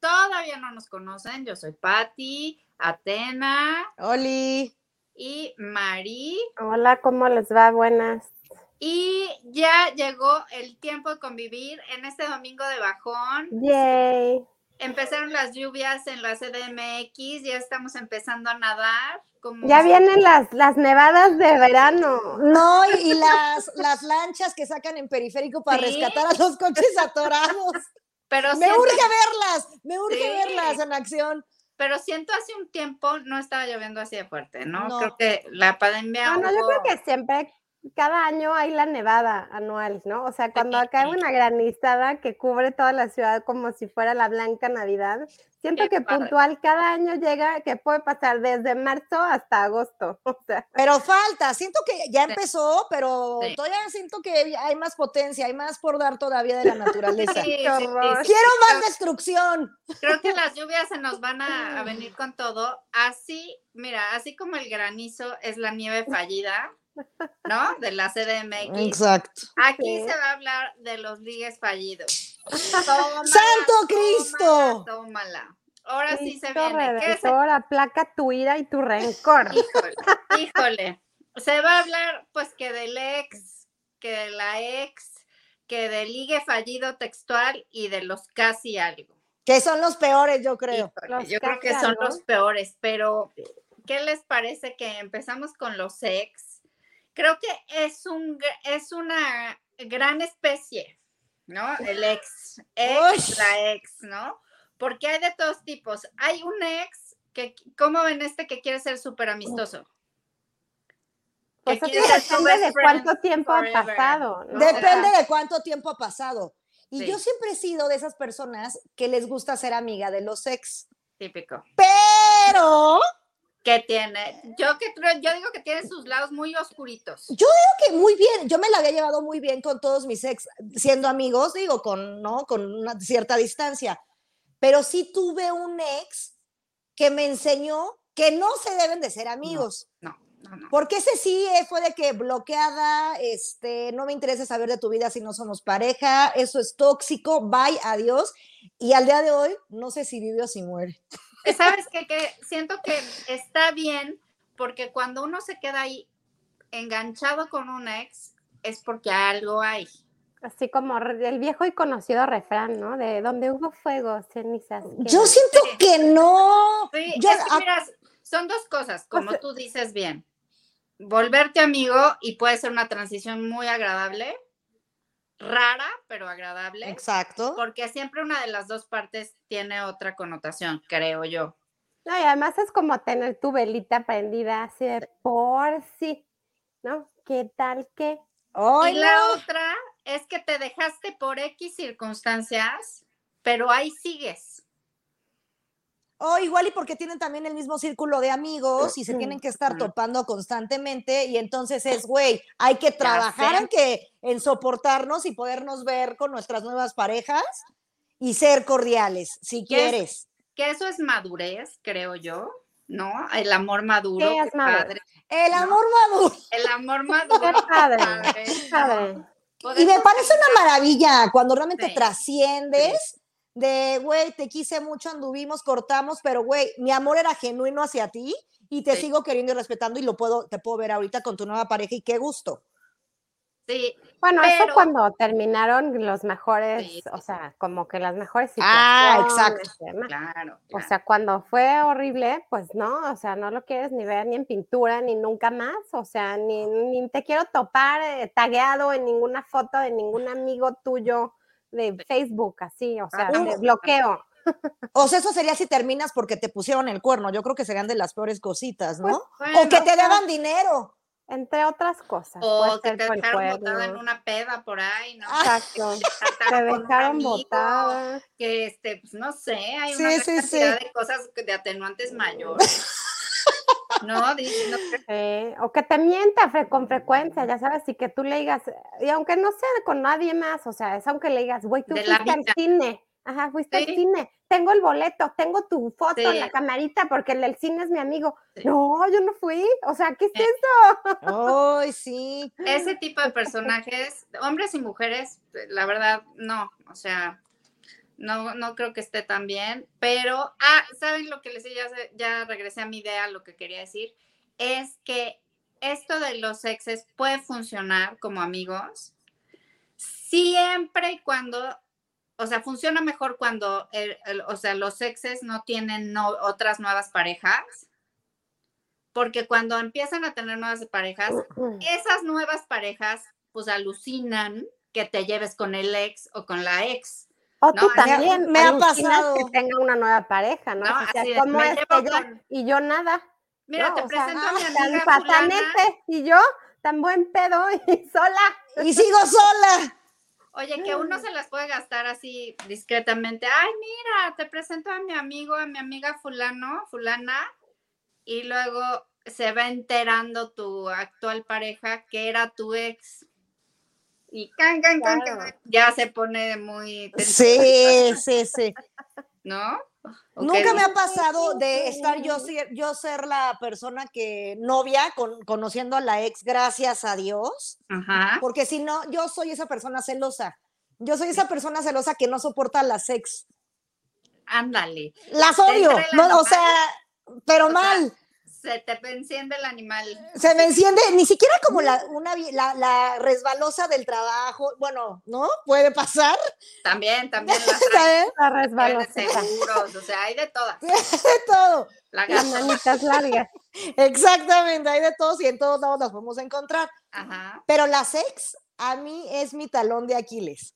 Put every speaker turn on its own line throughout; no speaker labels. todavía no nos conocen, yo soy Patti, Atena.
Oli.
Y Mari.
Hola, ¿cómo les va? Buenas.
Y ya llegó el tiempo de convivir en este domingo de bajón.
Yay.
Empezaron las lluvias en la CDMX, ya estamos empezando a nadar. como-
Ya vienen las, las nevadas de verano.
No, y, y las, las lanchas que sacan en periférico para
Sí.
rescatar a los coches atorados.
Pero
me
siento,
urge verlas, me urge
Sí.
verlas en acción.
pero siento hace un tiempo no estaba lloviendo así de fuerte, ¿no?
No.
Creo que la pandemia.
Ah, No, no, yo
hubo-
creo que siempre, cada año hay la nevada anual, ¿no? O sea, cuando
Sí.
cae una granizada que cubre toda la ciudad como si fuera la blanca Navidad, siento
Qué
que
padre.
puntual cada año llega, que puede pasar desde marzo hasta agosto. O sea,
Pero falta, siento que ya
Sí.
empezó, pero
Sí.
todavía siento que hay más potencia, hay más por dar todavía de la naturaleza.
Sí, sí,
Qué
sí,
horror.
sí.
Quiero más destrucción.
Creo que las lluvias se nos van a, a venir con todo. Así, mira, así como el granizo es la nieve fallida, ¿no? De la CDMX.
Exacto.
Aquí
Sí.
se va a hablar de los ligues fallidos. Tómala,
¡Santo
Tómala,
Cristo!
tómala. Ahora sí se
Cristo
viene. ¿Qué se-
Redentor, aplaca tu ira y tu rencor.
Híjole, híjole. Se va a hablar, pues, que del ex, que de la ex, que del ligue fallido textual y de los casi algo.
Que son los peores, yo creo.
Híjole,
Los
yo creo que
casi
son
algo.
los peores, pero ¿qué les parece que empezamos con los ex? Creo que es un gr- es una gran especie, ¿no? El ex,
Uy.
ex, la ex, ¿no? Porque hay de todos tipos. Hay un ex que, ¿cómo ven este que quiere ser súper amistoso?
Pues
que
eso
quieres ser tu
depende
best
de
friend
cuánto tiempo ha
forever,
pasado, ¿no? O sea,
Depende de cuánto tiempo ha pasado. Y yo
Sí.
siempre he sido de esas personas que les gusta ser amiga de los ex.
Típico.
Pero
Que tiene, yo que creo- yo digo que tiene sus lados muy oscuritos.
que muy bien, yo me la había llevado muy bien con todos mis ex, siendo amigos, digo, con, ¿no? con una cierta distancia. Pero sí tuve un ex que me enseñó que no se deben de ser amigos.
No, no, no.
Porque ese sí eh, fue de que bloqueada, este, no me interesa saber de tu vida si no somos pareja, eso es tóxico, bye, adiós. Y al día de hoy, no sé si vive o si muere.
¿Sabes qué? Que siento que está bien porque cuando uno se queda ahí enganchado con un ex es porque algo hay.
Así como re- el viejo y conocido refrán, ¿no? De donde hubo fuego, cenizas.
Yo
quedan".
siento
Mm, Sí.
que no.
Sí,
Yo- Pues,
es
eh,
que
ah,
mira, son dos cosas, como tú dices bien. Volverte amigo y puede ser una transición muy agradable, rara, pero agradable,
Exacto.
porque siempre una de las dos partes tiene otra connotación, creo yo.
No, y además es como tener tu velita prendida así de por sí, ¿no? ¿Qué tal que?
Ay,
y la
no.
otra es que te dejaste por X circunstancias, pero ahí sigues.
O igual y porque tienen también el mismo círculo de amigos y se tienen que estar
Ujú.
topando constantemente y entonces es, güey, hay que trabajar
sé.
en que en soportarnos y podernos ver con nuestras nuevas parejas y ser cordiales, si
¿Qué es?
quieres.
que eso es madurez, creo yo, ¿no? El amor maduro,
Sí, es
qué
madurez.
padre.
El
No.
amor maduro.
El amor
Qué
maduro, qué
padre,
padre.
qué padre.
Y me
Podemos-
parece una maravilla cuando realmente
Sí.
trasciendes de, güey, te quise mucho, anduvimos, cortamos, pero, güey, mi amor era genuino hacia ti y te
Sí.
sigo queriendo y respetando y lo puedo, te puedo ver ahorita con tu nueva pareja y qué gusto.
Sí,
Bueno, eso
Pero-
cuando terminaron los mejores,
Sí,
o
sí.
sea, como que las mejores
Ah,
situaciones y demás.
claro.
O
claro.
sea, cuando fue horrible, pues no, o sea, no lo quieres ni ver ni en pintura, ni nunca más, o sea, ni, ni te quiero topar eh, tagueado en ninguna foto de ningún amigo tuyo de Facebook, así, o sea,
Uno-
de bloqueo.
O sea, eso sería si terminas porque te pusieron el cuerno. Yo creo que serían de las peores cositas, ¿no?
Pues,
o que
bueno,
te daban dinero.
Entre otras cosas.
o
puede
que
ser
te
por el
dejaron botada en
cuerno,
una peda por ahí, ¿no?
Exacto.
Tratar
Te
con un
dejaron
amigo,
botada.
Que este, pues no sé, hay
Sí,
una gran
sí, sí.
cantidad de cosas que- de atenuantes mayores. No, dice, no,
sí, o que te mienta fre- con frecuencia, ya sabes, y que tú le digas, y aunque no sea con nadie más, o sea, es aunque le digas, güey, tú
De la
fuiste al
vida.
cine, ajá, fuiste al
Sí.
cine, tengo el boleto, tengo tu foto en la
Sí.
camarita porque el del cine es mi amigo.
Sí.
No, yo no fui, o sea, ¿qué es
Sí.
esto?
Ay, sí.
ese tipo de personajes, hombres y mujeres, la verdad, no, o sea, No, no creo que esté tan bien, pero, ah, ¿saben lo que les decía? Ya, ya regresé a mi idea, lo que quería decir, es que esto de los exes puede funcionar como amigos siempre y cuando, o sea, funciona mejor cuando, el- el- o sea, los exes no tienen no- otras nuevas parejas, porque cuando empiezan a tener nuevas parejas, esas nuevas parejas pues alucinan que te lleves con el ex o con la ex.
O
No,
tú
me ha-
también
me ha
alucinas
pasado.
que tenga una nueva pareja, ¿no?
No,
O sea,
así de,
¿cómo
me
es que
llevo
yo-
con-
y yo nada?
Mira,
No,
te
o sea,
presento a mi
Tan
amiga fulana.
patanete y yo tan buen pedo y sola.
Y sigo sola.
Oye, que
Mm.
uno se las puede gastar así discretamente. Ay, mira, te presento a mi amigo, a mi amiga fulano, fulana, y luego se va enterando tu actual pareja que era tu ex. Y can, can, can, can,
Claro.
ya se pone muy tenso,
Sí, sí, sí.
¿no? ¿O qué
Nunca me
dices?
ha pasado de estar yo, ser- yo ser la persona que novia, con- conociendo a la ex, gracias a Dios,
Ajá.
porque si no, yo soy esa persona celosa. Yo soy esa persona celosa que no soporta a las ex.
Ándale.
Las
entra
odio,
el
no, o
animal.
sea, pero
O sea,
mal.
Se te enciende el animal.
se me enciende, ni siquiera como la, una, vi- la, la resbalosa del trabajo, bueno, ¿no? Puede pasar,
También, también las hay
¿sabes?
La
de
resbalosita,
seguros, o sea, hay de todas.
De todo.
La
las
gata,
manitas largas.
Exactamente, hay de todos y en todos lados las podemos encontrar.
Ajá.
Pero las ex, a mí es mi talón de Aquiles.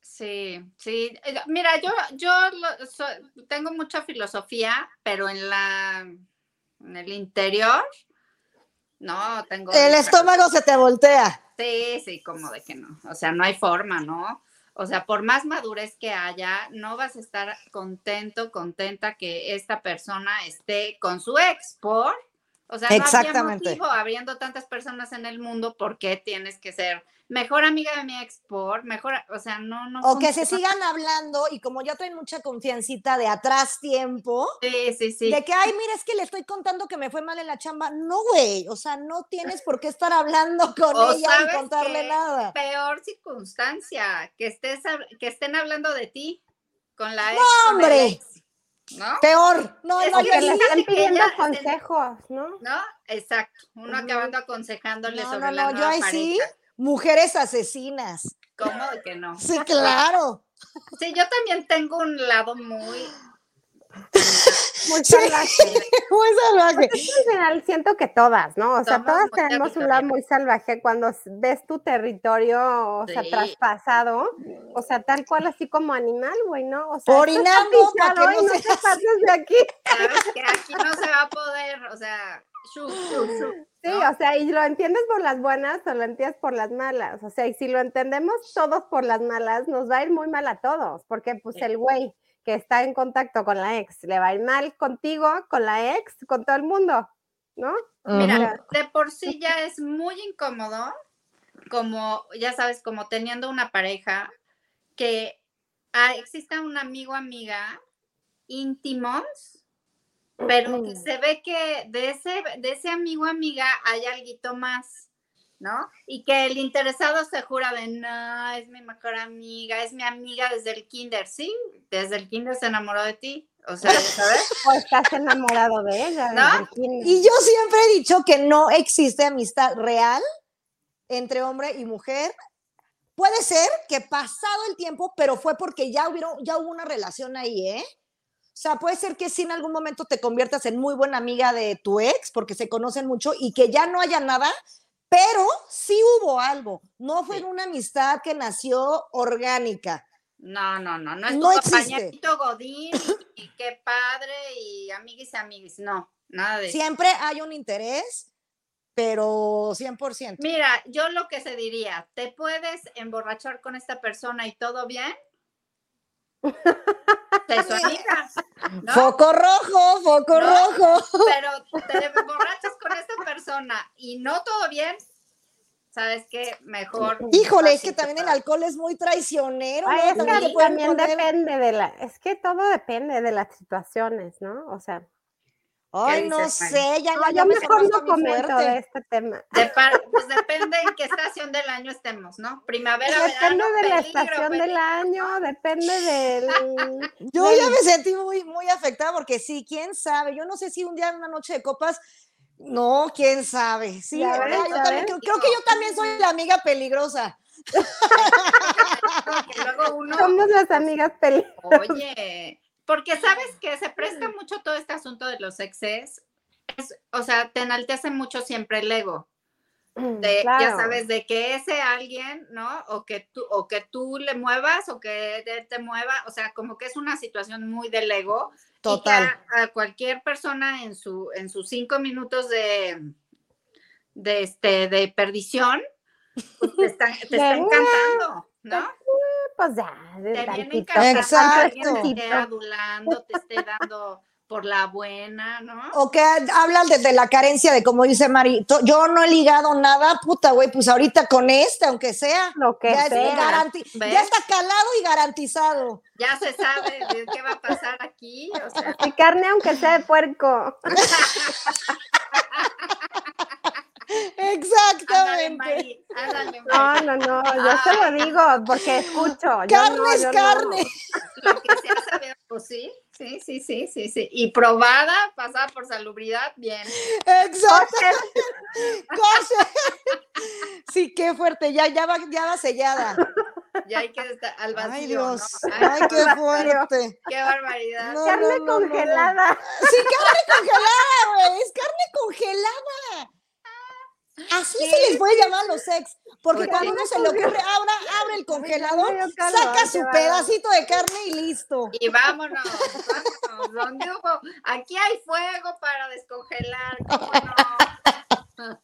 Sí, sí. Eh, Mira, yo, yo lo- so- tengo mucha filosofía, pero en la en el interior, no tengo.
El
mucha-
estómago se te voltea.
Sí, sí, como de que no. O sea, no hay forma, ¿no? O sea, por más madurez que haya, no vas a estar contento, contenta que esta persona esté con su ex, por. O sea, no habría
Exactamente.
motivo habiendo tantas personas en el mundo, ¿por qué tienes que ser mejor amiga de mi ex por? Mejor, o sea, no, no.
O que se
funciona.
sigan hablando y como ya traen mucha confiancita de atrás tiempo,
Sí, sí, sí.
de que, ay, mira, es que le estoy contando que me fue mal en la chamba. No, güey, o sea, no tienes por qué estar hablando con
O
ella
¿sabes
y contarle
qué?
nada.
Peor circunstancia, que estés hab- que estén hablando de ti con la ex. con el
¡Hombre!
ex, ¿no?
Peor, no,
Es
no,
O
que
yo
que
sí,
sí-
le
fíjate
están
que
pidiendo
ya-
consejos, ¿no?
¿No? Exacto. Uno
Ujú.
acabando aconsejándole
No,
sobre
no,
la
no, yo
nueva
ahí
pareja.
sí. mujeres asesinas.
¿Cómo de que no?
Sí, claro.
Sí, yo también tengo un lado muy.
Muy
Sí.
salvaje.
Muy salvaje.
Al final siento que todas, ¿no? O sea,
Somos
todas
muy
tenemos un lado
territoriales.
muy salvaje cuando s- ves tu territorio, o sea,
Sí.
traspasado, o sea, tal cual así como animal, güey, ¿no? O sea,
Por
esto
inado,
está
para que
pisado y
no
no
seas-
te pases de aquí.
Sabes que aquí no se va a poder, o sea, shu, shu, shu,
Sí,
¿no?
o sea, y lo entiendes por las buenas o lo entiendes por las malas. O sea, y si lo entendemos todos por las malas, nos va a ir muy mal a todos, porque pues el güey que está en contacto con la ex, le va a ir mal contigo, con la ex, con todo el mundo, ¿no?
Mira, de por sí ya es muy incómodo, como, ya sabes, como teniendo una pareja, que ah, exista un amigo, amiga, íntimos, pero que se ve que de ese, de ese amigo, amiga hay algo más, ¿no? Y que el interesado se jura de, no, es mi mejor amiga, es mi amiga desde el kinder, sí, desde el kinder se enamoró de ti, o sea, ¿sabes?
O estás enamorado de ella, de
¿No?
Virginia.
Y yo siempre he dicho que no existe amistad real entre hombre y mujer. Puede ser que pasado el tiempo, pero fue porque ya, hubieron, ya hubo una relación ahí, ¿eh? O sea, puede ser que sí en algún momento te conviertas en muy buena amiga de tu ex porque se conocen mucho y que ya no haya nada, pero sí hubo algo. No fue
Sí.
una amistad que nació orgánica.
No, no, no, no es
No
tu
existe.
compañerito Godín y, y qué padre y amiguis y amiguis, no, nada de eso.
Siempre hay un interés, pero 100%.
Mira, yo lo que se diría, ¿te puedes emborrachar con esta persona y todo bien? Te solita, ¿no?
Foco rojo,
No.
foco rojo.
Pero te emborrachas con esta persona y no todo bien, ¿sabes qué? Mejor.
Híjole, es que
pasito
también el
para-
alcohol es muy traicionero.
Ay,
¿no?
es que
También te
sí,
pueden
también
poner-
depende de la, es que todo depende de las situaciones, ¿no? O sea,
Ay, no
dices,
sé, ya,
No,
ya
yo
me
mejor
sacaste
no
muy
comento
fuerte.
de este tema.
De par- pues depende en qué estación del año estemos, ¿no? Primavera,
Depende
verano,
de la
peligro, pues.
estación
peligro.
del año, depende del...
Yo
Bueno.
ya me sentí muy, muy afectada porque sí, quién sabe. Yo no sé si un día en una noche de copas, no, quién sabe. Sí,
Ya
ahora
ves,
yo
ya
también,
ves.
creo, creo que yo también soy la amiga peligrosa.
Porque luego uno,
Somos las amigas peli.
oye, porque sabes que se presta mucho todo este asunto de los exes. Es- o sea, te enaltece mucho siempre el ego. de, ya
Mm, Claro.
sabes, de que ese alguien, ¿no? O que tú, o que tú le muevas o que él te mueva, o sea, como que es una situación muy del ego. y que
Total.
a, a cualquier persona en su, en sus cinco minutos de, de este, de perdición, pues, te están, te
De
están
huevo.
cantando, ¿no?
Pues ya, de
Te vienen
tantito.
cantando, alguien te
Exacto.
esté adulando, te esté dando por la buena, ¿no?
O que hablan de, de la carencia de como dice Mari, to- yo no he ligado nada, puta güey, pues ahorita con este, aunque sea,
Lo que
ya, es
sea.
garanti-
¿Ves?
ya está calado y garantizado.
Ya se sabe de qué va a pasar aquí, o sea,
Y carne aunque sea de puerco.
ándale,
Exactamente.
Mari, ándale, Mari.
No, no, no, yo se
Ah.
lo digo porque escucho. yo
Carne
no,
es
yo no.
carne.
lo que sea saber, pues sí, sí, sí, sí, sí, sí. Y probada, pasada por salubridad, bien.
Exacto. Kosher. Sí, qué fuerte, ya, ya va, ya va sellada.
Ya hay que estar al vacío.
Ay, Dios.
¿no? Ay,
Ay, qué
vacío.
fuerte.
qué barbaridad.
No,
Carne
no, no, no, no.
congelada.
Sí, carne congelada, güey. Es carne congelada. Así se les puede llamar a los ex. Porque
Oye,
cuando uno se le ocurre, ahora abre el congelador,
dio calor,
saca su
qué
pedacito de carne y listo.
Y vámonos, vámonos. ¿Dónde hubo? Aquí hay fuego para descongelar. ¿cómo no?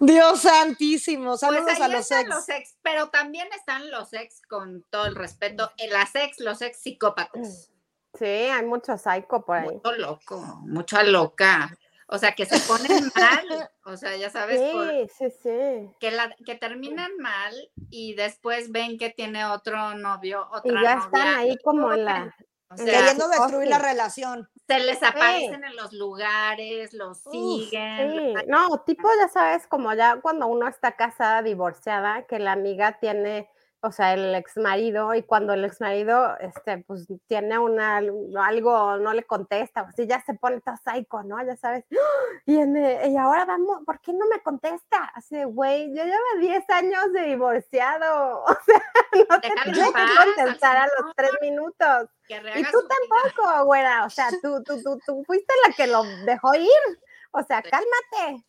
Dios santísimo. Saludos
Pues ahí
a los
están
ex.
los ex, pero también están los ex, con todo el respeto, eh, las ex, los ex psicópatas.
Sí, hay mucho psycho por ahí.
Mucho loco, mucha loca. O sea, que se ponen mal. O sea, ya sabes, por,
Sí, sí, sí.
que, la, que terminan mal y después ven que tiene otro novio, otra
Y ya están
novia,
ahí como en la...
o
en
sea,
Queriendo destruir la relación.
se les aparecen en los lugares, los
Uf,
siguen.
Sí,
ay,
no, tipo, ya sabes, como ya cuando uno está casada, divorciada, que la amiga tiene, o sea, el ex marido, y cuando el ex marido, este, pues tiene una, algo, no le contesta, o así ya se pone todo psycho, ¿no? Ya sabes, ¡Ah! y, en, eh, y ahora vamos, ¿por qué no me contesta? Así, de, güey, yo llevo 10 años de divorciado, o sea, no te
Déjalo en
tienes que
paz,
contestar a
Alfonso.
los 3 minutos.
que
Y
rehaga
tú
su vida.
tampoco, güera. O sea, tú, tú, tú, tú fuiste la que lo dejó ir. O sea,
Sí.
cálmate.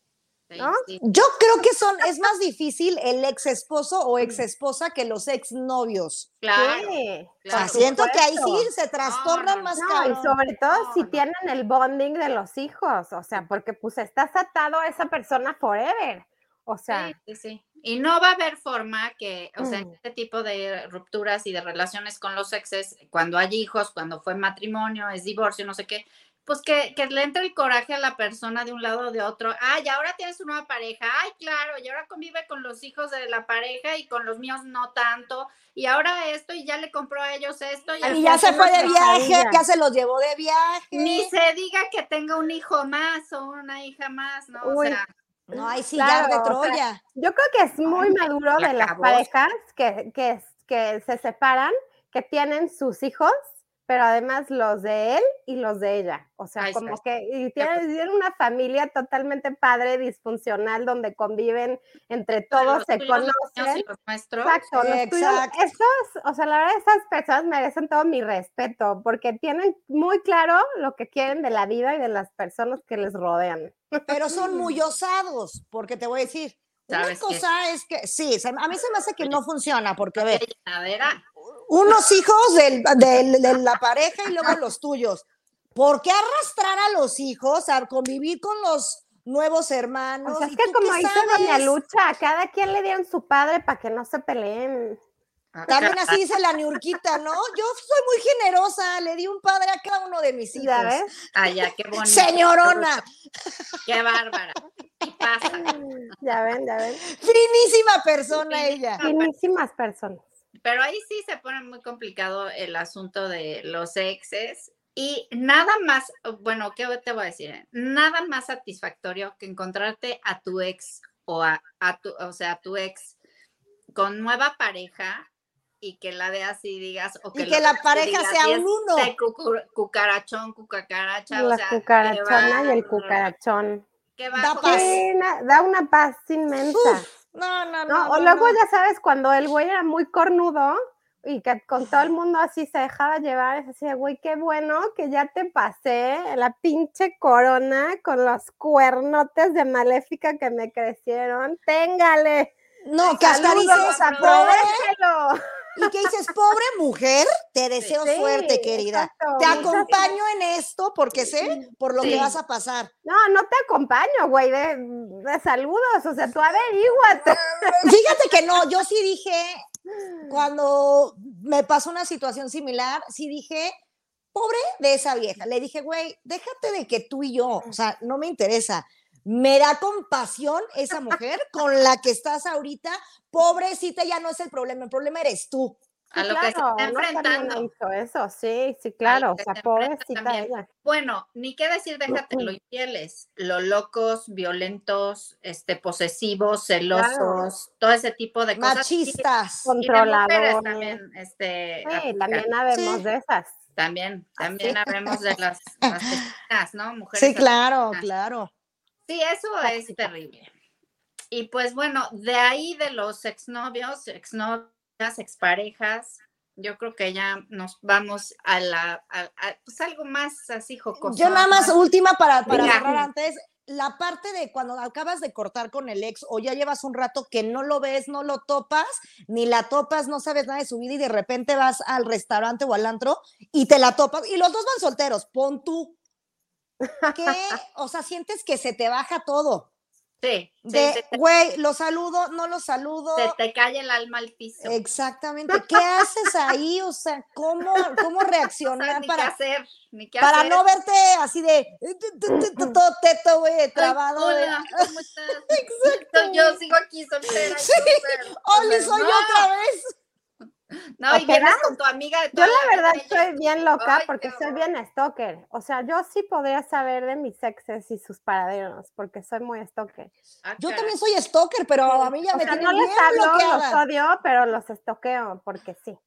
Sí,
¿no?
sí.
Yo creo que son, es más difícil el ex esposo o ex esposa que los ex novios.
Claro,
Sí.
O sea,
claro.
siento que ahí sí
supuesto.
se trastornan
no,
más
No, y
cabrón.
sobre todo si
no.
tienen el bonding de los hijos. O sea, porque pues estás atado a esa persona forever. O sea,
Sí, sí, sí. Y no va a haber forma que, o sea, en
Mm.
este tipo de rupturas y de relaciones con los exes, cuando hay hijos, cuando fue matrimonio, es divorcio, no sé qué, pues que, que le entre el coraje a la persona de un lado o de otro. Ay, ahora tienes una nueva pareja. Ay, claro, y ahora convive con los hijos de la pareja y con los míos no tanto. Y ahora esto, y ya le compró a ellos esto.
Ah, Y ya se fue de
una
viaje,
pesadilla.
ya se los llevó de viaje.
Ni se diga que tenga un hijo más o una hija más, ¿no? O
Uy,
sea,
No, ahí sí, ya de
Claro, o sea,
Troya.
Yo creo que es muy maduro
la
de las
acabó.
parejas que, que, que se separan, que tienen sus hijos, pero además los de él y los de ella. O sea,
Ay, sí,
como
sí.
que y tienen, tienen una familia totalmente padre, disfuncional, donde conviven entre todos,
los
se
tuyos, los míos
conocen.
y los nuestros.
Exacto, los tuyos-
Exacto.
esos, o sea, la verdad, esas personas merecen todo mi respeto, porque tienen muy claro lo que quieren de la vida y de las personas que les rodean.
Pero son muy osados, porque te voy a decir, una
¿Sabes qué?
cosa es que, sí, se- a mí se me hace que no funciona, porque a ver,
Llenadera.
unos hijos del- del- de la pareja y luego los tuyos. ¿Por qué arrastrar a los hijos a convivir con los nuevos hermanos?
O sea, Pues es
¿Y
que
tú
como
qué
dice Doña
sabes?
Lucha, a cada quien le dieron su padre para que no se peleen.
También así dice la niurquita, ¿no? Yo soy muy generosa, le di un padre a cada uno de mis hijos.
¿Ya ves?
Ay, ya, qué bonito.
Señorona,
Qué bárbara. Y pasa.
Ya ven, ya ven.
Ah, finísima persona ella.
Finísimas personas.
Pero ahí sí se pone muy complicado el asunto de los exes Y nada más, bueno, ¿qué te voy a decir? Nada más satisfactorio que encontrarte a tu ex o a, a tu, o sea, a tu ex con nueva pareja y que la veas y digas o
Y que la
veas y
pareja
digas,
sea
"Y
un
este
uno".
cucu- cucarachón,
Ah,
cucacaracha, o
La
sea, que
cucarachona
va-
y el cucarachón.
que va
Da
como-
paz.
Sí, na- da una paz inmensa.
Uf, no, no, no.
¿no? o
no,
luego
no.
ya sabes, cuando el güey era muy cornudo y que con todo el mundo así se dejaba llevar, es así de, güey, qué bueno que ya te pasé la pinche corona con los cuernotes de maléfica que me crecieron. Téngale.
No, que hasta
saludos,
dices, pobre,
aprovechalo".
y que dices, pobre mujer, te deseo
Sí,
suerte, querida.
exacto,
Te
muchas
acompaño en esto porque sé por lo
Sí.
que vas a pasar.
No, no te acompaño, güey, de, de saludos. O sea, tú averíguate.
Fíjate que no, yo sí dije, cuando me pasó una situación similar, sí dije, pobre de esa vieja. Le dije, güey, déjate de que tú y yo, o sea, no me interesa. Me da compasión esa mujer con la que estás ahorita. Pobrecita, ya no es el problema, el problema eres tú.
a lo que se
Claro,
está
no está bien
enfrentando.
hecho eso, sí, sí, claro. O
que
sea,
se enfrenta
pobrecita
también. eh,
ella.
Bueno, ni qué decir, déjate los infieles, los locos, violentos, este, posesivos, celosos, todo ese tipo de cosas.
Machistas.
Y- y de mujeres
Controladores.
también, este,
Sí,
aplican.
también habemos de esas.
también, también hablemos de las asesinas, ¿no? Mujeres
Sí, claro,
asesinas.
claro.
Sí, eso es
Tóxicas.
terrible. Y pues bueno, de ahí de los exnovios, exnovias, exparejas, yo creo que ya nos vamos a la, a, a- pues algo más así jocoso.
Yo nada más, última para, para
Venga.
cerrar antes, la parte de cuando acabas de cortar con el ex o ya llevas un rato que no lo ves, no lo topas, ni la topas, no sabes nada de su vida y de repente vas al restaurante o al antro y te la topas y los dos van solteros, pon tú. ¿Qué? O sea, sientes que se te baja todo.
Sí, sí, se
De,
te-
güey, lo saludo, no lo saludo.
se te cae el alma al piso.
Eh,
No
Exactamente. ¿Qué haces ahí? O sea, ¿cómo, cómo
sabes
reaccionar
ni
para
qué hacer, ni qué
para
hacer.
no verte así de eh, tu, tu, tu, tu, todo teto, güey,
Ay,
trabado. de,
hola, ¿cómo estás? Yo- Yo sigo aquí soltera. y
eh? Sí,
súper,
Oli,
súper,
soy yo
no,
otra vez.
No, y vienes
Apenas.
con tu amiga de
Yo
toda
la verdad
vida y
soy bien loca
Ay,
porque
qué
soy bien stalker. O sea, yo sí podría saber de mis exes y sus paraderos porque soy muy stalker.
Ah,
Yo
caray.
también soy stalker, pero a mí ya
O
me
sea,
tienen
no les
bien
hablo, los
bloqueada.
odio, pero los estoqueo porque sí.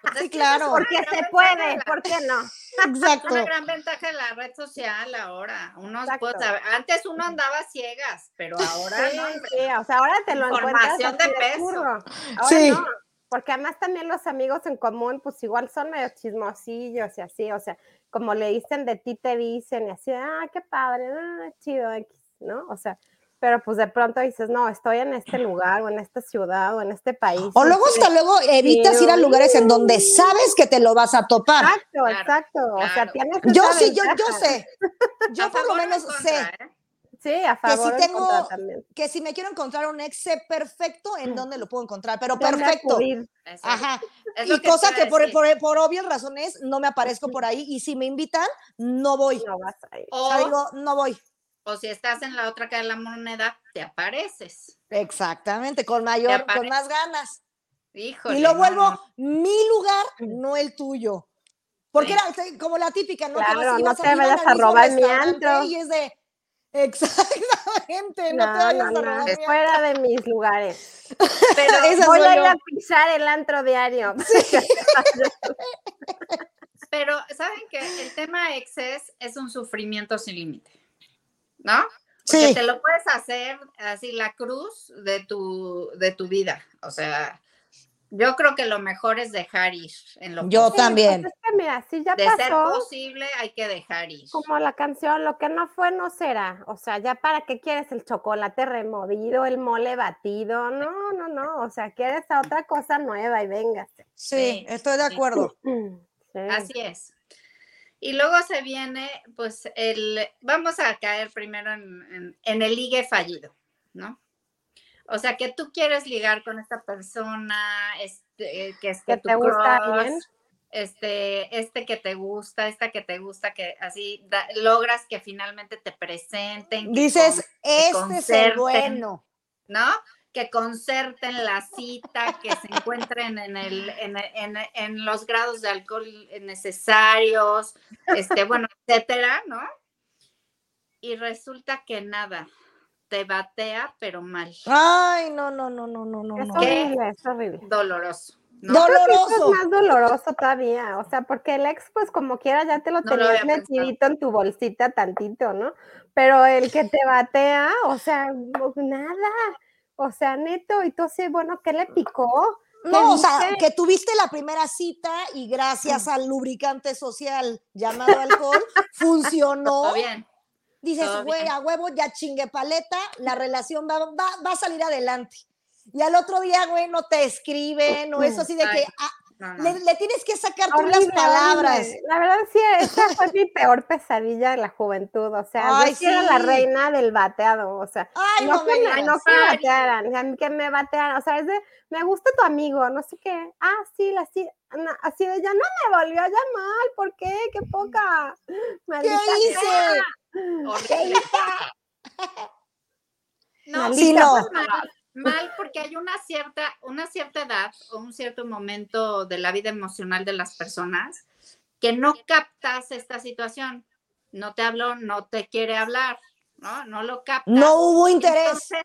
Pues es
Sí,
que esa es una
claro.
Porque
gran
se
ventaja de
puede,
la-
¿por qué no?
Es una
Exacto.
gran ventaja de la red social ahora. Uno
Exacto.
puede saber- Antes uno andaba ciegas, pero ahora
Sí,
no, hombre.
sí, o sea, ahora te lo encuentras
Información
así
de peso.
curro. Ahora
Sí.
no, porque además también los amigos en común, pues igual son medio chismosillos y así, o sea, como le dicen de ti, te dicen y así, ah, qué padre, ah, chido, X", ¿no? O sea, pero pues de pronto dices, no, estoy en este lugar o en esta ciudad o en este país.
O luego hasta luego evitas ir a lugares en donde sabes que te lo vas a topar.
Exacto,
Claro,
exacto. O sea,
claro.
tienes
Yo
esa
sí, yo, yo
ventaja.
sé.
A
Yo por lo
favor o en
menos sé
contra, ¿eh?
Sí, a
que sí
favor o en
tengo-
contra también.
que si me quiero encontrar un ex, sé perfecto en dónde lo puedo encontrar, pero
¿Dónde
perfecto.
acudir?
Eso.
Ajá.
Es lo
Y cosa
te iba
que
a
por,
decir.
por, por obvias razones no me aparezco por ahí y si me invitan, no voy.
No vas a ir.
O sea,
o,
digo, no voy.
o si estás en la otra cara de la moneda, te apareces.
Exactamente, con mayor, con
aparece.
más ganas.
Híjole.
y lo
no,
vuelvo
no.
mi lugar, no el tuyo.
Sí.
Porque era te- como la típica, ¿no?
Claro, no
ibas
te
iban
vayas
al
a
mismo
robar mi
restaurante
antro.
Y es de, exactamente, no, te vayas
no,
a robar
no,
mi antro.
fuera de mis lugares.
Pero
Esa
Voy
soy
a ir
yo.
a pisar el antro diario.
Pero saben que el tema exes es un sufrimiento sin límite, ¿no? Porque
Sí.
te lo puedes hacer así la cruz de tu, de tu vida. O sea, yo creo que lo mejor es dejar ir en lo
Yo
posible.
también.
Pues es que mira, si ya
De ser
pasó,
posible hay que dejar ir.
como la canción, lo que no fue no será. O sea, ya para qué quieres el chocolate removido, el mole batido. No, no, no. O sea, quieres a otra cosa nueva y venga.
Sí,
Sí,
estoy de
sí.
acuerdo.
Así es. Y luego se viene, pues, el, vamos a caer primero en, en- en el ligue fallido, ¿no? O sea, que tú quieres ligar con esta persona, este, eh, que es
Que
tu
te gusta
crush,
bien.
este, este que te gusta, esta que te gusta, que así da- logras que finalmente te presenten, que
Dices,
que
este es el
concerten".
bueno.
¿no? que concerten la cita, que se encuentren en, el, en, en, en los grados de alcohol necesarios, este, bueno, etcétera, ¿no? Y resulta que nada, te batea, pero mal.
Ay, no, no, no, no, no, no.
Es
no.
horrible, es horrible.
Doloroso. ¿no?
No,
Creo que esto
Doloroso.
es más doloroso todavía, o sea, porque el ex, pues como quiera, ya te lo
No lo
tenías
había pensado.
metidito en tu bolsita tantito, ¿no? Pero el que te batea, o sea, nada, o sea, neto, y tú así, bueno, ¿qué le picó?
No, o sea,
dice?
que tuviste la primera cita y
Mm.
gracias al lubricante social llamado alcohol funcionó.
Todo bien.
Dices,
todo
güey,
bien".
a huevo, ya chingue paleta, la relación va, va- va a salir adelante. Y al otro día, güey, no te escriben o eso así de que
Ay,
ah,
No, no.
le, le tienes que sacar tú
Horrible,
las palabras.
horrible. La verdad, sí, esa fue mi peor pesadilla de la juventud, o sea,
Ay,
yo sí era la
sí.
reina del bateado, o sea,
Ay,
no,
no,
que
me
me, no
digas.
que me
Ay.
batearan, a mí que me batearan, o sea, es de, me gusta tu amigo, no sé qué, ah, sí, la, sí, na- así de, ya no me volvió a llamar, ¿por qué? ¡Qué poca!
¿Qué
Maldita sea.
hice?
Horrible. No,
Sí, no.
pues, mal, mal porque hay una cierta, una cierta edad o un cierto momento de la vida emocional de las personas que no captas esta situación. No te habló, no te quiere hablar, ¿no? No lo captas.
No hubo interés.
Entonces,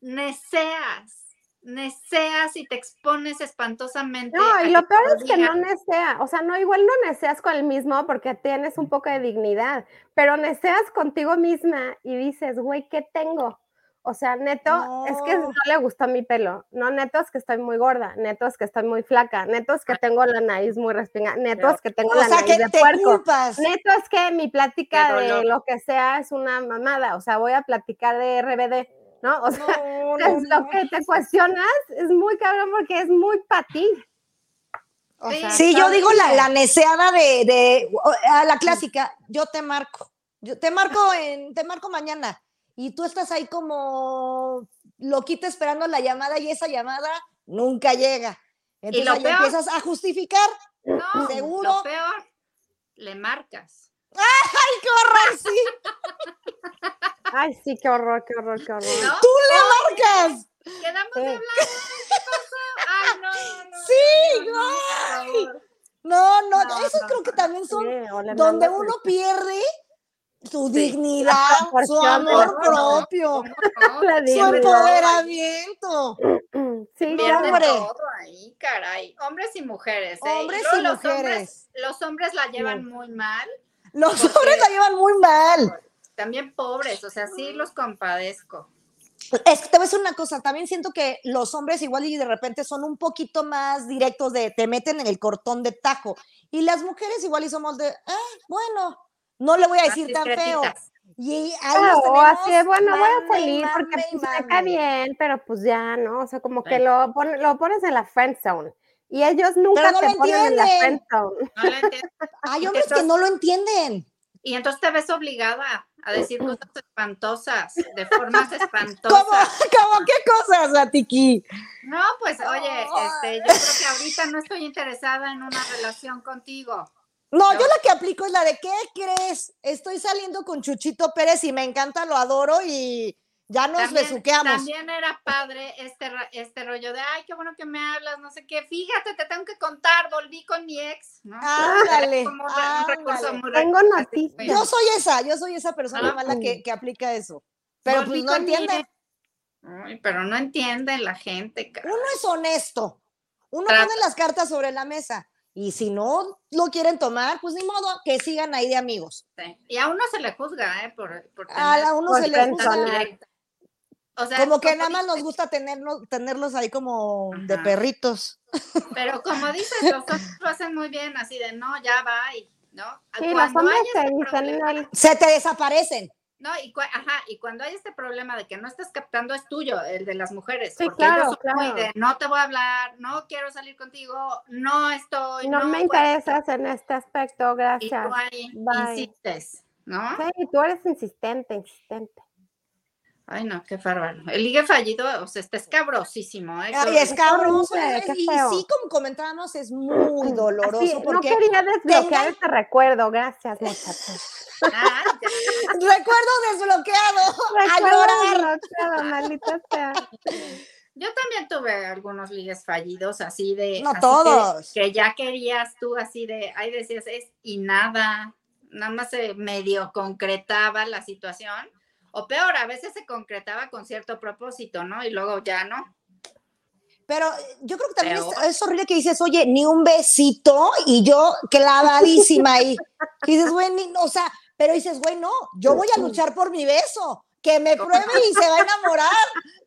neceas, neceas y te expones espantosamente.
No,
a
y
que
lo
te
peor es que
digan,
no nesea, o sea, no igual no neseas con el mismo porque tienes un poco de dignidad, pero neseas contigo misma y dices, güey, ¿qué tengo? O sea, neto, es que
No.
no le gustó mi pelo, no, neto es que estoy muy gorda, neto es que estoy muy flaca, neto es que tengo la nariz muy respingada, neto es que tengo
O
la
sea, que
nariz de
te
puerco.
culpas.
Neto, es que mi plática
Qué
de
dolor.
lo que sea es una mamada. O sea, voy a platicar de RBD, ¿no? O sea,
No, no,
es lo
no.
que te cuestionas es muy cabrón porque es muy para ti. O
Sí.
sea,
Sí, yo
está
digo la,
horrible.
la neceada de, de- o- a la clásica, yo te marco, yo te marco en, te marco mañana y tú estás ahí como loquita esperando la llamada y esa llamada nunca llega. Entonces
lo
ahí
peor-
empiezas a justificar,
No,
Seguro.
Lo peor, le marcas.
¡ay, qué horror! Sí,
Ay, sí, qué horror, qué horror, qué horror.
¿no?
tú le marcas.
Quedamos
Sí.
Eh.
de hablar. ¿Qué pasó? Ay, no, no, no.
Sí,
no, no, por favor.
No, no,
No,
esos
no,
creo que también son
Sí, o le
donde
mandas
uno
el-
pierde su
Sí,
dignidad, su
proporción de
amor
las cosas.
propio,
¿Cómo no?
La
su
dignidad.
empoderamiento.
Mm, Sí,
Mira,
ya.
Pierde
hombre.
todo ahí, caray. Hombres y mujeres. ¿eh?
Hombres
luego
y
los
mujeres.
Hombres, los hombres la llevan muy mal.
Los
Porque-
hombres la llevan muy mal.
También pobres, o sea, sí los compadezco.
Es que te voy a decir una cosa, también siento que los hombres igual y de repente son un poquito más directos de te meten en el cortón de tajo y las mujeres igual y somos de, "Ah, bueno, no le voy a decir
Así
tan feo.
discretitas.
Y ahí
Claro,
nos
o Oh, así, de,
tenemos
bueno, voy a
mame y
salir porque
mame y
pues, me cae
mame.
bien, pero pues ya, ¿no? O sea, como que
Sí.
lo, pon- lo pones en la friend zone y ellos nunca
no
te
lo
ponen en la
entienden.
friend zone.
No la entiendo.
Hay hombres que
Entonces-
no lo entienden.
Y entonces te ves obligada a decir cosas espantosas, de formas
¿Cómo,
espantosas.
cómo qué cosas, Atiki?
No, pues oye,
Oh.
este, yo creo que ahorita no estoy interesada en una relación contigo.
No, yo
No.
la que aplico es la de ¿qué crees? Estoy saliendo con Chuchito Pérez y me encanta, lo adoro y ya nos besuqueamos.
también era padre este, ra- este rollo de, ay, qué bueno que me hablas, no sé qué, fíjate, te tengo que contar, volví con mi ex, ¿no?
Ándale,
Es como un re- un recurso
ándale.
muy
Tengo
re- así,
noticias.
güey.
Yo soy esa, yo soy esa persona
Ah.
mala que, que aplica eso. Pero pues
Volví
no
con mi
entiende,
ex. Ay, pero no entiende la gente, cara.
uno es honesto, uno
Trata.
pone las cartas sobre la mesa y si no lo quieren tomar, pues ni modo, que sigan ahí de amigos.
Y a uno se le juzga, ¿eh? Por, por
A la-
tener
uno
Por
se le
tanto,
tan
gusta,
la-
directa. O sea,
como que
como
nada más nos
dices,
gusta tenernos, tenerlos ahí como de
Ajá.
perritos.
Pero como dices, los hombres lo hacen muy bien, así de, no, ya va, y, ¿no?
Sí, los
Cuando
hombres
hay
te
ese
dicen,
problema-
"No,
Se te desaparecen.
No, y, cua- ajá, y cuando hay este problema de que no estás captando es tuyo, el de las mujeres,
Sí,
porque
claro,
ellos son muy
claro.
de no te voy a hablar, no quiero salir contigo, no estoy,
no
pues,
me
puedo",
interesas en este aspecto,
y
gracias.
tú
ah,
ahí
Bye.
insistes, ¿no?
Sí, tú eres insistente, insistente.
Ay, no, qué bárbaro. El ligue fallido, o sea, está escabrosísimo, ¿eh?
Ay,
Todo-
es cabroso.
horrible,
es-
pues, qué
Y
feo.
sí, como comentábamos, es muy doloroso.
Así, no
porque
quería desbloquear
tengan-
este recuerdo, gracias, muchachos.
Ah, ya.
Recuerdo desbloqueado. a
Recuerdo
llorar.
desbloqueado, maldita sea.
Yo también tuve algunos ligues fallidos, así de.
No
así
todos.
Que, que ya querías tú, así de. Ahí decías, es y nada. Nada más se medio concretaba la situación. O peor, a veces se concretaba con cierto propósito, ¿no? Y luego ya no.
Pero eh, yo creo que también
Pero-
es, es horrible que dices, oye, ni un besito y yo clavadísima ahí. Y dices, güey, ni- o sea, pero dices, güey, no, yo voy a luchar por mi beso, que me pruebe y se va a enamorar.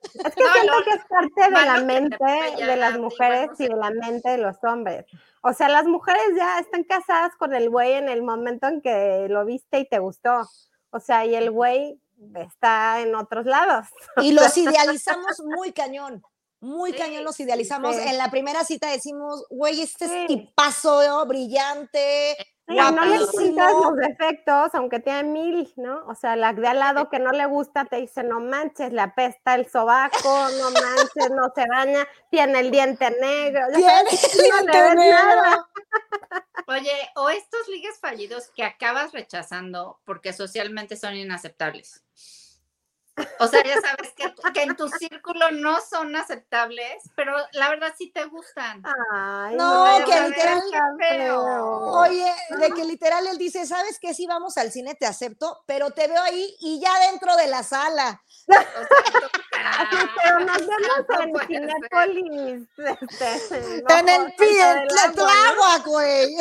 Es que
No,
siento
no,
que es parte de la
Malo que te
mente
fue ya,
de las
sí,
mujeres
bueno,
y
sí.
de la mente de los hombres. O sea, las mujeres ya están casadas con el güey en el momento en que lo viste y te gustó. O sea, y el güey está en otros lados.
Y los idealizamos muy cañón, muy
Sí,
cañón los idealizamos.
sí.
En la primera cita decimos, güey, este es
Sí.
tipazo brillante.
Sí, no le
Guapísimo.
quitas los defectos, aunque tiene mil, ¿no? O sea, la de al lado que no le gusta te dice, no manches, la pesta el sobaco, no manches, no se baña, tiene el diente negro. Ya
tiene
sabes, no le ves
dinero.
nada.
Oye, o estos ligues fallidos que acabas rechazando porque socialmente son inaceptables. O sea, ya sabes que, que en tu círculo no son aceptables, pero la verdad sí te gustan.
Ay,
Ah, No,
ya
que
sabes,
literal-
tan
feo. Oh.
Oye,
Ah.
de que literal él dice, ¿sabes qué? Si vamos al cine te acepto, pero te veo ahí y ya dentro de la sala.
O sea, tú-
"Ah, Pero nos
No
vemos
puede
en
ser.
Cinépolis. Este,
en el
bajo-
pie,
bajo del
la tu
agua, ¿no?
agua, güey.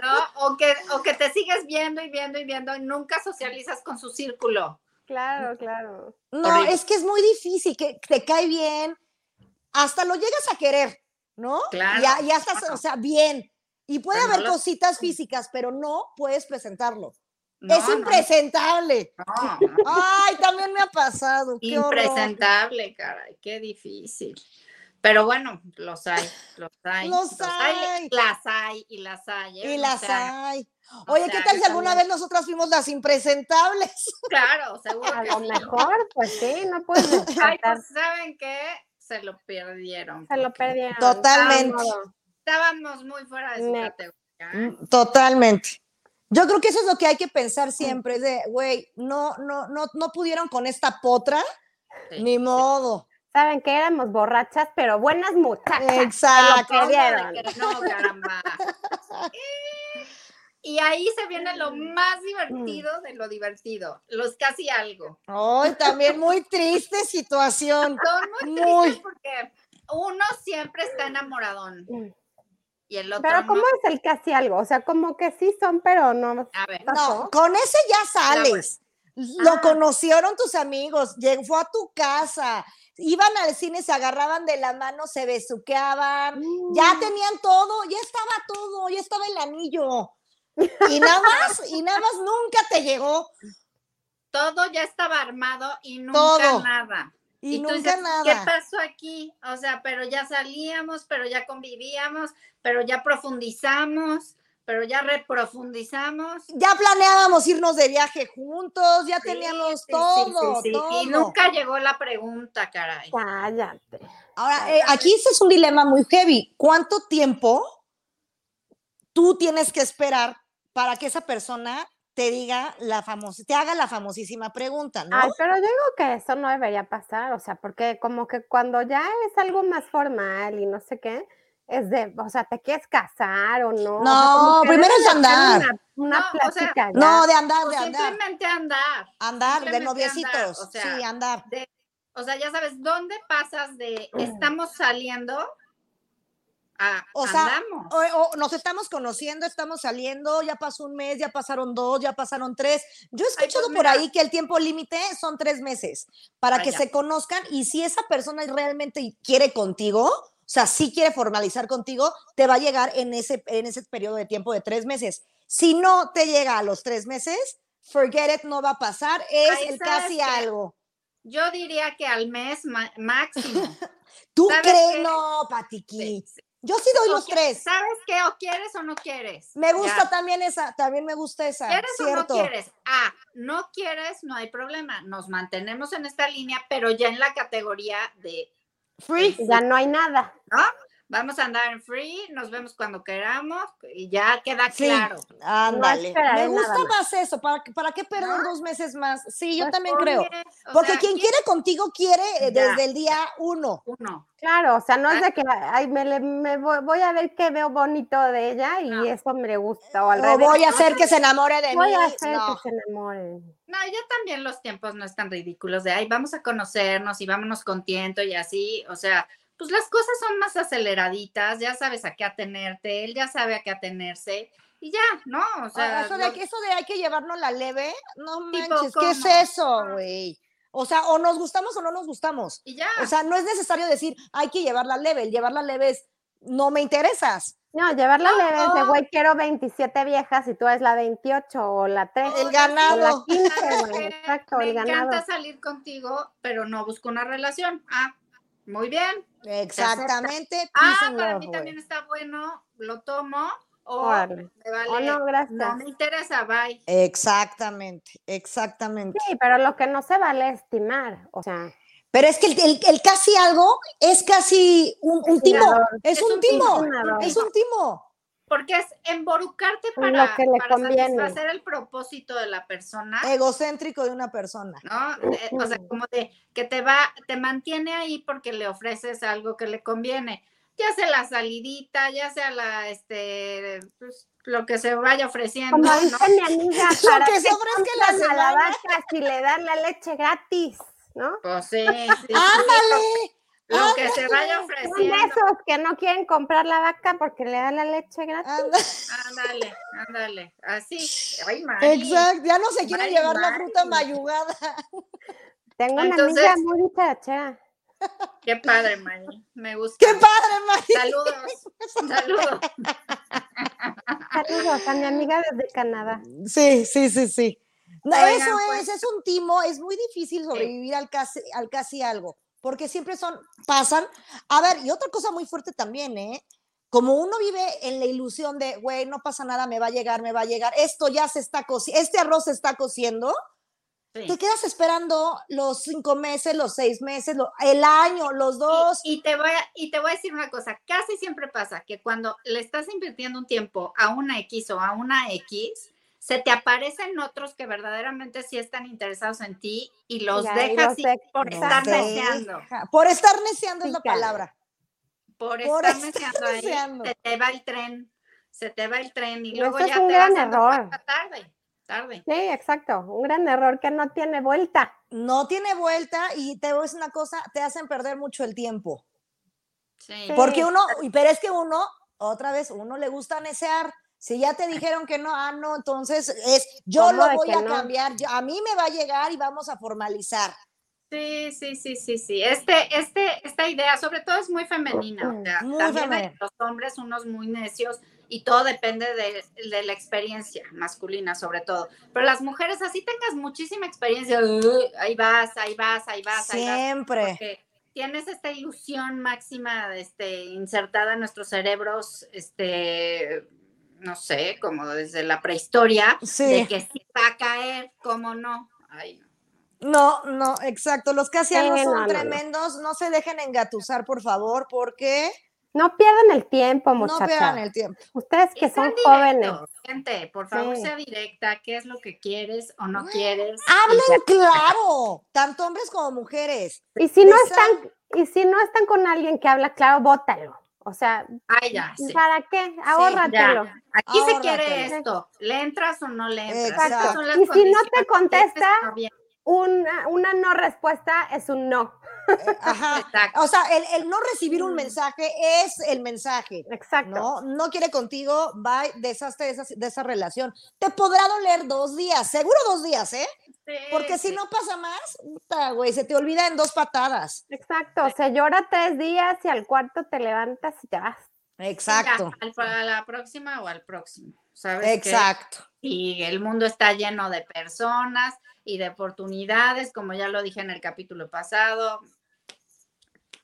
¿no? O que, o que te sigues viendo y viendo y viendo y nunca socializas con su círculo.
pues, Claro, claro.
No,
Horrible.
es que es muy difícil, que te cae bien, hasta lo llegas a querer, ¿no?
Claro,
Y, a- y hasta, o
claro.
sea, bien. Y puede
Pero no
haber
lo-
cositas físicas, pero no puedes presentarlo.
No,
es
no,
impresentable.
no, no.
Ay, también me ha pasado. Qué horror.
Impresentable, caray, qué difícil. Pero bueno, los hay, los hay.
Los hay.
Las hay y las hay. ¿eh?
Y
O
las
sea,
hay.
o
Oye, ¿qué
sea,
tal
que
si alguna vez
también-
nosotras fuimos las impresentables?
Claro, seguro
A
que
lo
sí.
mejor, pues sí, no puedes
Ay,
descartar.
pues, ¿saben qué? Se lo perdieron.
Se lo
porque
perdieron. Ah,
Totalmente.
ni modo.
Estábamos muy fuera de su
Next.
categoría. ¿eh?
Mm, Totalmente. Yo creo que eso es lo que hay que
Mm.
pensar siempre, es de, güey, no, no, no, no pudieron con esta potra,
Sí.
ni modo.
Saben que éramos borrachas, pero buenas muchachas.
Exacto.
lo
Cosa de
perdieron.
que no, caramba. Eh, Y ahí se viene lo
Mm.
más divertido de lo divertido, los casi algo.
Ay, también muy triste situación.
Son muy tristes
Muy.
porque uno siempre está enamoradón
Eh,
y el otro
Pero
no.
¿cómo es el casi algo? O sea, como que sí son, pero no.
A ver,
No,
¿Pasó?
con ese ya sales. Lo
Ah.
conocieron tus amigos, llegó fue a tu casa, iban al cine, se agarraban de la mano, se besuqueaban,
Mm.
ya tenían todo, ya estaba todo, ya estaba el anillo. Y nada más, y nada más nunca te llegó.
todo ya estaba armado y nunca
Todo.
nada.
Y,
tú
nunca
dices,
nada.
¿Qué pasó aquí? O sea, pero ya salíamos, pero ya convivíamos, pero ya profundizamos, pero ya reprofundizamos.
ya planeábamos irnos de viaje juntos, ya
Sí,
teníamos
sí, sí,
todo,
sí, sí.
todo.
Y nunca llegó la pregunta, caray.
Cállate.
Ahora, eh, aquí este es un dilema muy heavy. ¿Cuánto tiempo tú tienes que esperar para que esa persona te diga la famosa, te haga la famosísima pregunta, ¿no?
Ay, pero yo digo que eso no debería pasar, o sea, porque como que cuando ya es algo más formal y no sé qué, es de, o sea, ¿te quieres casar o no? O sea, como
No,
que
primero
debe
es
de haber
andar.
Una, una
No, o sea,
plática ya.
no, de andar,
O
de andar,
Pues, simplemente andar.
andar, de
simplemente
noviecitos,
andar, o sea,
sí, andar.
O sea, ya sabes, ¿dónde pasas de
Mm.
estamos saliendo a
O sea,
andamos?
O, o nos estamos conociendo, estamos saliendo, ya pasó un mes, ya pasaron dos, ya pasaron tres. Yo he
pues
escuchado por
mira. Ah,
ahí que el tiempo límite son tres meses para que
Vaya.
se conozcan y si esa persona realmente quiere contigo, o sea, sí quiere formalizar contigo, te va a llegar en ese, en ese periodo de tiempo de tres meses. Si no te llega a los tres meses, forget it, no va a pasar, es
Ay,
el
¿sabes
casi
qué?
algo.
Yo diría que al mes ma- máximo.
¿Tú
¿Sabes
crees?
qué?
No,
Sí,
Patiqui.
sí.
Yo sí doy
O
los
que-
tres.
¿Sabes qué? ¿O quieres o no quieres?
Me gusta
Ya.
también esa, también me gusta esa.
¿Quieres
cierto.
o no quieres? Ah, no quieres, no hay problema. Nos mantenemos en esta línea, pero ya en la categoría de...
Free.
Ya no hay nada.
Vamos a andar en free, nos vemos cuando queramos y ya queda
Sí.
claro.
Ándale.
esperaré
Me gusta
nada
más eso. ¿Para, para qué perder dos meses más? Sí, yo
Pues
también
Oye,
creo.
o
Porque
sea,
quien quiere contigo quiere eh,
Ya.
desde el día uno.
uno.
Claro, o sea, no
ah
es de que ay, me, le- me voy, voy a ver qué veo bonito de ella y
No.
eso me gusta. O al
O
revés.
voy a hacer que se enamore de
voy
mí.
a hacer
No.
que se enamoren.
No, ya también los tiempos no están ridículos de, ay, vamos a conocernos y vámonos con tiento y así, o sea, pues las cosas son más aceleraditas, ya sabes a qué atenerte, él ya sabe a qué atenerse y ya, ¿no? O sea,
Ah, eso,
lo-
de, que- eso de hay que llevarnos la leve, no
Tipo,
manches, ¿qué es
¿cómo?
eso,
Ah.
güey? O sea, o nos gustamos o no nos gustamos.
y ya.
O sea, no es necesario decir hay que llevarla leve. El llevarla leve es no me interesas.
No, llevarla
No,
leve es de
no.
güey, quiero 27 viejas y tú eres la 28 o la 3.
El
O la
ganado.
15,
¿sabes qué?
güey, exacto,
Me
el ganado.
encanta salir contigo, pero no busco una relación. Ah, muy bien.
Exactamente. peace
Ah,
and
para
love,
mí
güey.
también está bueno, lo tomo o
Órale.
me vale.
Oh, no,
no
gracias.
me interesa, bye.
Exactamente, exactamente.
Sí, pero lo que no se vale es estimar, o sea,
Pero es que el, el- el casi algo es casi un, un timo.
timador.
Es,
Es
un
un
timo.
timador.
Es un timo.
Porque es emborucarte
Lo
para,
que le
para
conviene. Eh,
satisfacer el propósito de la persona,
Egocéntrico de una persona.
¿no? Eh, O sea, como de que te va, te mantiene ahí porque le ofreces algo que le conviene, ya sea la salidita, ya sea la, este, pues, lo que se vaya ofreciendo,
como
¿no?
dice mi amiga,
Lo
Ah, ¿para
que
qué
sobra es que la
compran a la
semana.
vaca si le dan la leche gratis, ¿no?
Pues sí, sí, sí,
¡Ándale!
lo que se vaya
Son de
ofreciendo.
esos que no quieren comprar la vaca porque le dan la leche
Ándale,
gratis.
Ándale, ándale, así. Ay, Mari.
Exacto. Ya no se quieren
Mari,
llevar la fruta
Mari.
mayugada.
Tengo una amiga
Entonces-
muy dicharachera.
Qué padre, Mari. Me gusta.
¡Qué padre, Mari!
Saludos. Saludos.
Saludos a mi amiga desde Canadá.
Sí, sí, sí, sí. No,
Oigan,
eso
pues-
es, es un timo, es muy difícil sobrevivir al casi, al casi algo, porque siempre son, pasan. A ver, y otra cosa muy fuerte también, ¿eh? Como uno vive en la ilusión de, güey, no pasa nada, me va a llegar, me va a llegar, esto ya se está cociendo, este arroz se está cociendo,
Sí.
te quedas esperando los cinco meses, los seis meses, lo- el año, los dos.
Y, y te voy a, y te voy a decir una cosa, casi siempre pasa que cuando le estás invirtiendo un tiempo a una X o a una X, se te aparecen otros que verdaderamente sí están interesados en ti y los
Ya, y
dejas
los
ir
dejas,
por
los
estar
dejas.
deseando,
Ajá, Por estar neceando es la
Pícale.
palabra.
por estar
Por estar
deseando ahí,
neceando.
se te va el tren, se te va el tren y
Y
luego
eso
ya
es un
te vas
gran
dando
error.
cuenta tarde, tarde.
Sí, exacto. Un gran error que no tiene vuelta.
No tiene vuelta y te voy a decir una cosa, te hacen perder mucho el tiempo.
Sí.
Sí.
Porque uno, uy, pero es que uno, otra vez, uno le gusta necear. Si ya te dijeron que no, ah, no, entonces es, yo
¿Cómo
lo
de
voy
que
a
no?
cambiar, yo- a mí me va a llegar y vamos a formalizar.
Sí, sí, sí, sí, sí. Este, este, esta idea, sobre todo, es muy femenina. O sea,
Muy
también hay
femenina.
los hombres, unos muy necios, y todo depende de, de la experiencia masculina, sobre todo. Pero las mujeres, así tengas muchísima experiencia, "Uy, ahí vas, ahí vas, ahí vas, ahí vas.
Siempre.
Porque tienes esta ilusión máxima este, insertada en nuestros cerebros, este, no sé, como desde la prehistoria, de
Sí.
que sí va a caer, cómo no. Ay, no.
No, no, exacto. Los casi algo
Sí, no,
son
no, no.
tremendos. No se dejen engatusar, por favor, porque
No pierdan el tiempo,
no pierdan
muchachas.
el tiempo.
Ustedes que
Y
son
sean
jóvenes.
directos, Gente, por favor,
Sí.
sea directa. ¿Qué es lo que quieres o
Ah,
no quieres?
Hablen claro, tanto hombres como mujeres.
Y si no
Les
están, y si no están con alguien que habla claro, bótalo. O sea,
Ay, ya. sí.
¿para qué? Ahórratelo.
ya. Aquí se quiere
Ahórratelo.
esto. ¿Le entras o no le entras?
Exacto.
Estas son las
Y si no te
condiciones.
contesta,
Está bien,
una, una no respuesta es un no.
Ajá.
Exacto.
O sea, el, el no recibir un
Mm.
mensaje es el mensaje.
Exacto.
No, no quiere contigo, va, deshazte de esa, de esa relación. Te podrá doler dos días, seguro dos días, ¿eh? Porque
Sí,
si no pasa más, puta, güey, se te olvida en dos patadas.
Exacto. Se llora tres días y al cuarto te levantas y te vas.
mira,
Exacto,
al- para la próxima o al próximo. ¿Sabes? qué?
exacto.
Y el mundo está lleno de personas y de oportunidades, como ya lo dije en el capítulo pasado.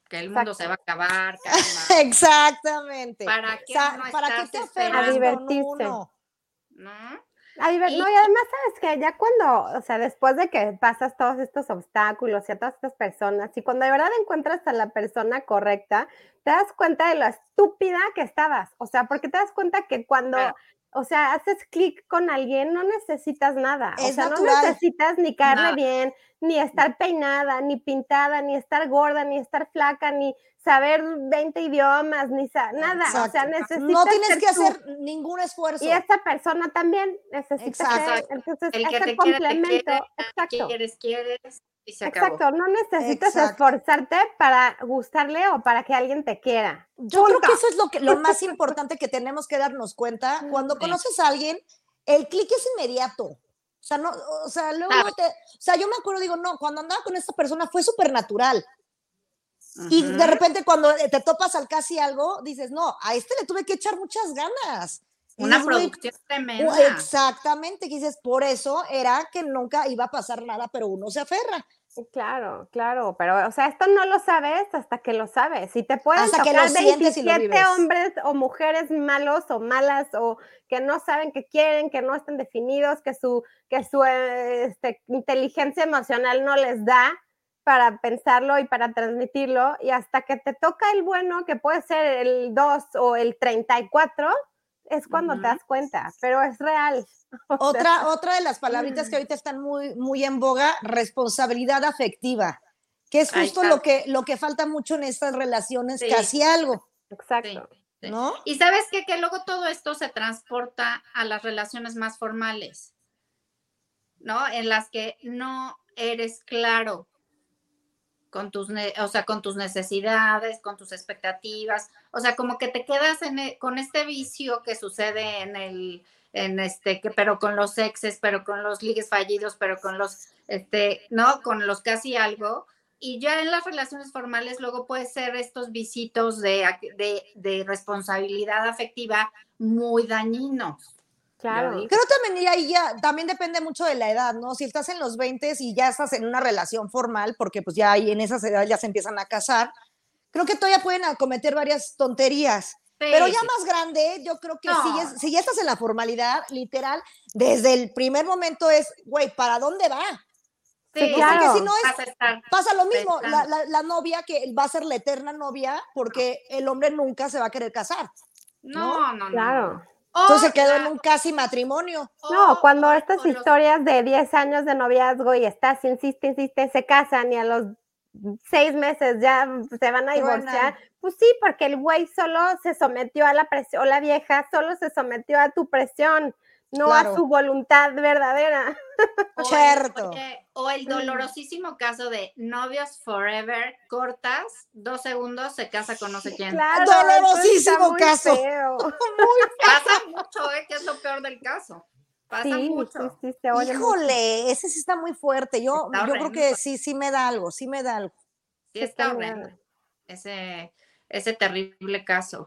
Que el mundo
Exacto.
se va a acabar. calma.
Exactamente.
¿Para qué,
O sea,
no
¿Para qué
estás
te
esperando?
aferras con
divertirse.
uno?
¿no?
Ay, ver, no, y además, ¿sabes que Ya cuando, o sea, después de que pasas todos estos obstáculos y a todas estas personas, y cuando de verdad encuentras a la persona correcta, te das cuenta de lo estúpida que estabas. O sea, porque te das cuenta que cuando,
Claro.
o sea, haces clic con alguien, no necesitas nada. o
Es
sea, no
natural.
necesitas ni caerle
Nada.
bien, ni estar peinada, ni pintada, ni estar gorda, ni estar flaca, ni saber 20 idiomas, ni sa- nada. O sea,
Exacto.
necesitas.
No tienes
ser
que
tú.
hacer ningún esfuerzo.
Y esta persona también necesita
Exacto.
ser, entonces
El que
es
te quiere, te
el complemento,
quiere,
exacto,
Quieres, quieres y se acabó.
exacto, no necesitas
Exacto.
esforzarte para gustarle o para que alguien te quiera.
Yo creo
Punto.
que eso es lo, que, lo más importante que tenemos que darnos cuenta. Cuando
Mm, Sí.
conoces a alguien, el clic es inmediato. O sea, no, o sea, luego
Ah,
no te- o sea, yo me acuerdo, digo, no, cuando andaba con esta persona fue súper natural. Y de
Ujú.
repente cuando eh, te topas al casi algo, dices, no, a este le tuve que echar muchas ganas. Y
Una
dices, "Güey,
producción
u-
tremenda.
Exactamente, que dices, por eso era que nunca iba a pasar nada, pero uno se aferra.
Claro, claro, pero o sea, esto no lo sabes hasta que lo sabes. Y te pueden
Hasta que lo
tocar
sientes y lo
27
vives.
hombres o mujeres malos o malas o que no saben qué quieren, que no están definidos, que su que su eh, este, inteligencia emocional no les da para pensarlo y para transmitirlo y hasta que te toca el bueno que puede ser el 2 o el 34 es cuando
Ujú.
te das cuenta, pero es real. O sea,
Otra, otra de las palabritas que ahorita están muy, muy en boga, responsabilidad afectiva, que es
Ahí
justo
está.
lo que, lo que falta mucho en estas relaciones,
Sí.
casi algo,
Sí,
exacto.
sí.
¿no?
Y sabes qué? que luego todo esto se transporta a las relaciones más formales, ¿no? En las que no eres claro con tus, ne- o sea, con tus necesidades, con tus expectativas, o sea, como que te quedas en e- con este vicio que sucede en el, en este, que, pero con los exes, pero con los ligues fallidos, pero con los, este, ¿no? Con los casi algo. Y ya en las relaciones formales luego puede ser estos visitos de, ac- de, de responsabilidad afectiva muy dañinos.
Claro.
digo.
Creo también, y ahí ya, también depende mucho de la edad, ¿no? Si estás en los 20 y ya estás en una relación formal, porque pues ya ahí en esas edades ya se empiezan a casar, creo que todavía pueden a- cometer varias tonterías. Pero ya más grande, yo creo que si, ya,
No.
si ya estás en la formalidad, literal, desde el primer momento es, güey, ¿para dónde va?
Sí,
claro.
sí,
Porque si no es,
vas a estar
pasa lo mismo, la,
Pensando.
la- la novia que va a ser la eterna novia porque el hombre nunca se va a querer casar.
Oh, No, no, no.
Claro.
O
Entonces se quedó en
la-
un casi matrimonio.
o-
No, cuando
o
estas
con los-
historias de 10 años de noviazgo y estás, insiste, insiste, se casan y a los seis meses ya se van a
Truenan.
divorciar, pues sí, porque el güey solo se sometió a la presión, o la vieja solo se sometió a tu presión, no
Claro.
a su voluntad verdadera.
o el-
Cierto.
oye, O el
Mm.
dolorosísimo caso de novios forever, cortas, dos segundos, se casa con no sé quién.
Claro, eso está
Dolorosísimo
muy
caso.
feo.
Pasa mucho, ¿eh? que es lo peor del caso. Pasa
Sí,
mucho.
sí, sí, se oye mucho.
Híjole, ese sí está muy fuerte. Yo,
Está
yo creo que
horrendo.
sí, sí me da algo, sí me da algo.
Sí,
Sí,
está
está
horrendo
grave.
ese, ese terrible caso.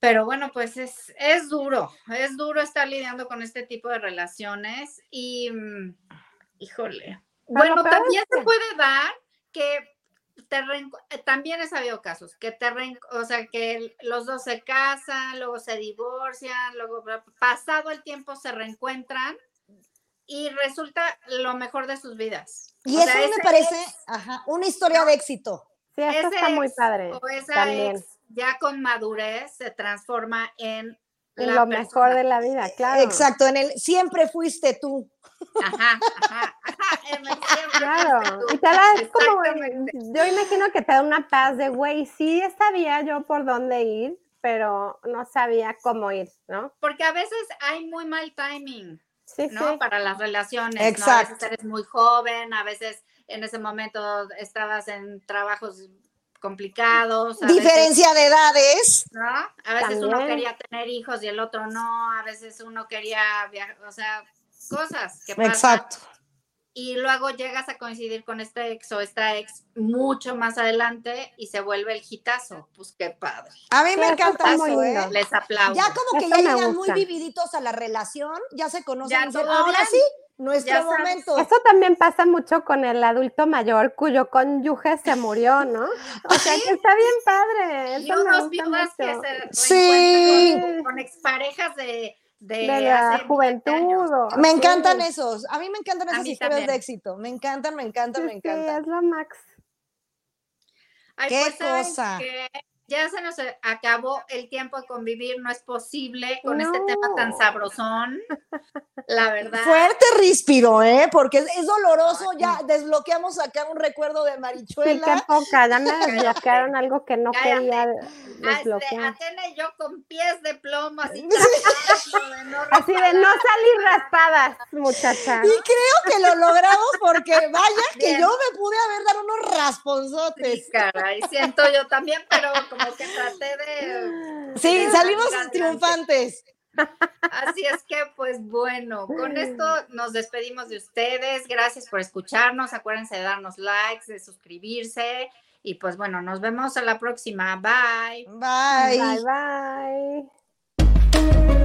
Pero bueno, pues es, es duro, es duro estar lidiando con este tipo de relaciones y, mm, híjole. Bueno,
peor es
también se
que-
puede dar que te reencu- eh, también he sabido casos, que te reen- o sea, que el- los dos se casan, luego se divorcian, luego bla, bla, pasado el tiempo se reencuentran y resulta lo mejor de sus vidas.
Y
O
eso
sea,
a mí
ese Ah.
me parece ajá, una historia de éxito.
Sí, esto
ese
está muy
ex
padre.
o esa
también.
ex ya con madurez se transforma en
En
la
lo
persona.
mejor de la vida, claro.
Exacto, en el siempre fuiste tú.
Ajá, ajá, ajá, en el siempre
Claro,
fuiste tú.
y te da es como,
Exactamente.
yo imagino que te da una paz de, güey, sí sabía yo por dónde ir, pero no sabía cómo ir, ¿no?
Porque a veces hay muy mal timing,
Sí,
¿no?
sí,
Para las relaciones. ¿no? A
Exacto.
veces eres muy joven, a veces en ese momento estabas en trabajos complicados. a veces-
Diferencia de edades.
¿no? A veces uno
También.
quería tener hijos y el otro no, a veces uno quería viajar, o sea, cosas que pasan.
Exacto.
y luego llegas a coincidir con este ex o esta ex mucho más adelante y se vuelve el hitazo. Pues qué padre.
A mí
Sí,
me
eso
encanta
está
eso,
muy
¿eh?
lindo.
Les aplaudo.
Ya como que ya
Eso me
llegan muy
gusta.
vividitos a la relación, ya se conocen.
Ya
y dicen,
todo
Ahora
hablan,
sí, nuestro
ya sabes".
momento.
eso también pasa mucho con el adulto mayor cuyo cónyuge se murió, ¿no? O sea, que está bien padre,
y
eso me
unos
gusta
viudas que
mucho.
se
Sí.
reencuentran con, con exparejas de de,
de la
hace 20 años.
juventud. o-
Me
sí.
encantan esos. A mí me encantan
A
esas
mí
historias de
también.
éxito. Me encantan, me encantan, me
Sí, sí,
encantan.
es la max.
Ay,
¡Qué
pues, ¿saben
cosa!
qué? Ya se nos acabó el tiempo de convivir, no es posible con este tema tan
No.
sabrosón. La verdad.
Fuerte respiro, ¿eh? Porque es, es doloroso. Ya desbloqueamos acá un recuerdo de
Sí, qué
Marichuela.
poca. Ya me desbloquearon algo que no
Ya, ya
quería
Ah, este,
desbloquear.
Atene y yo con pies de plomo, así tratando de no
Así de no salir raspadas, muchacha.
Y creo que lo logramos porque vaya que
Bien.
yo me pude haber dado unos rasponzotes.
Sí, caray, siento yo también, pero como que traté de...
Sí,
Sí,
salimos
adelante.
triunfantes.
Así es que, pues bueno, con esto nos despedimos de ustedes. Gracias por escucharnos. Acuérdense de darnos likes, de suscribirse. Y pues bueno, nos vemos a la próxima. Bye.
Bye.
Bye, bye.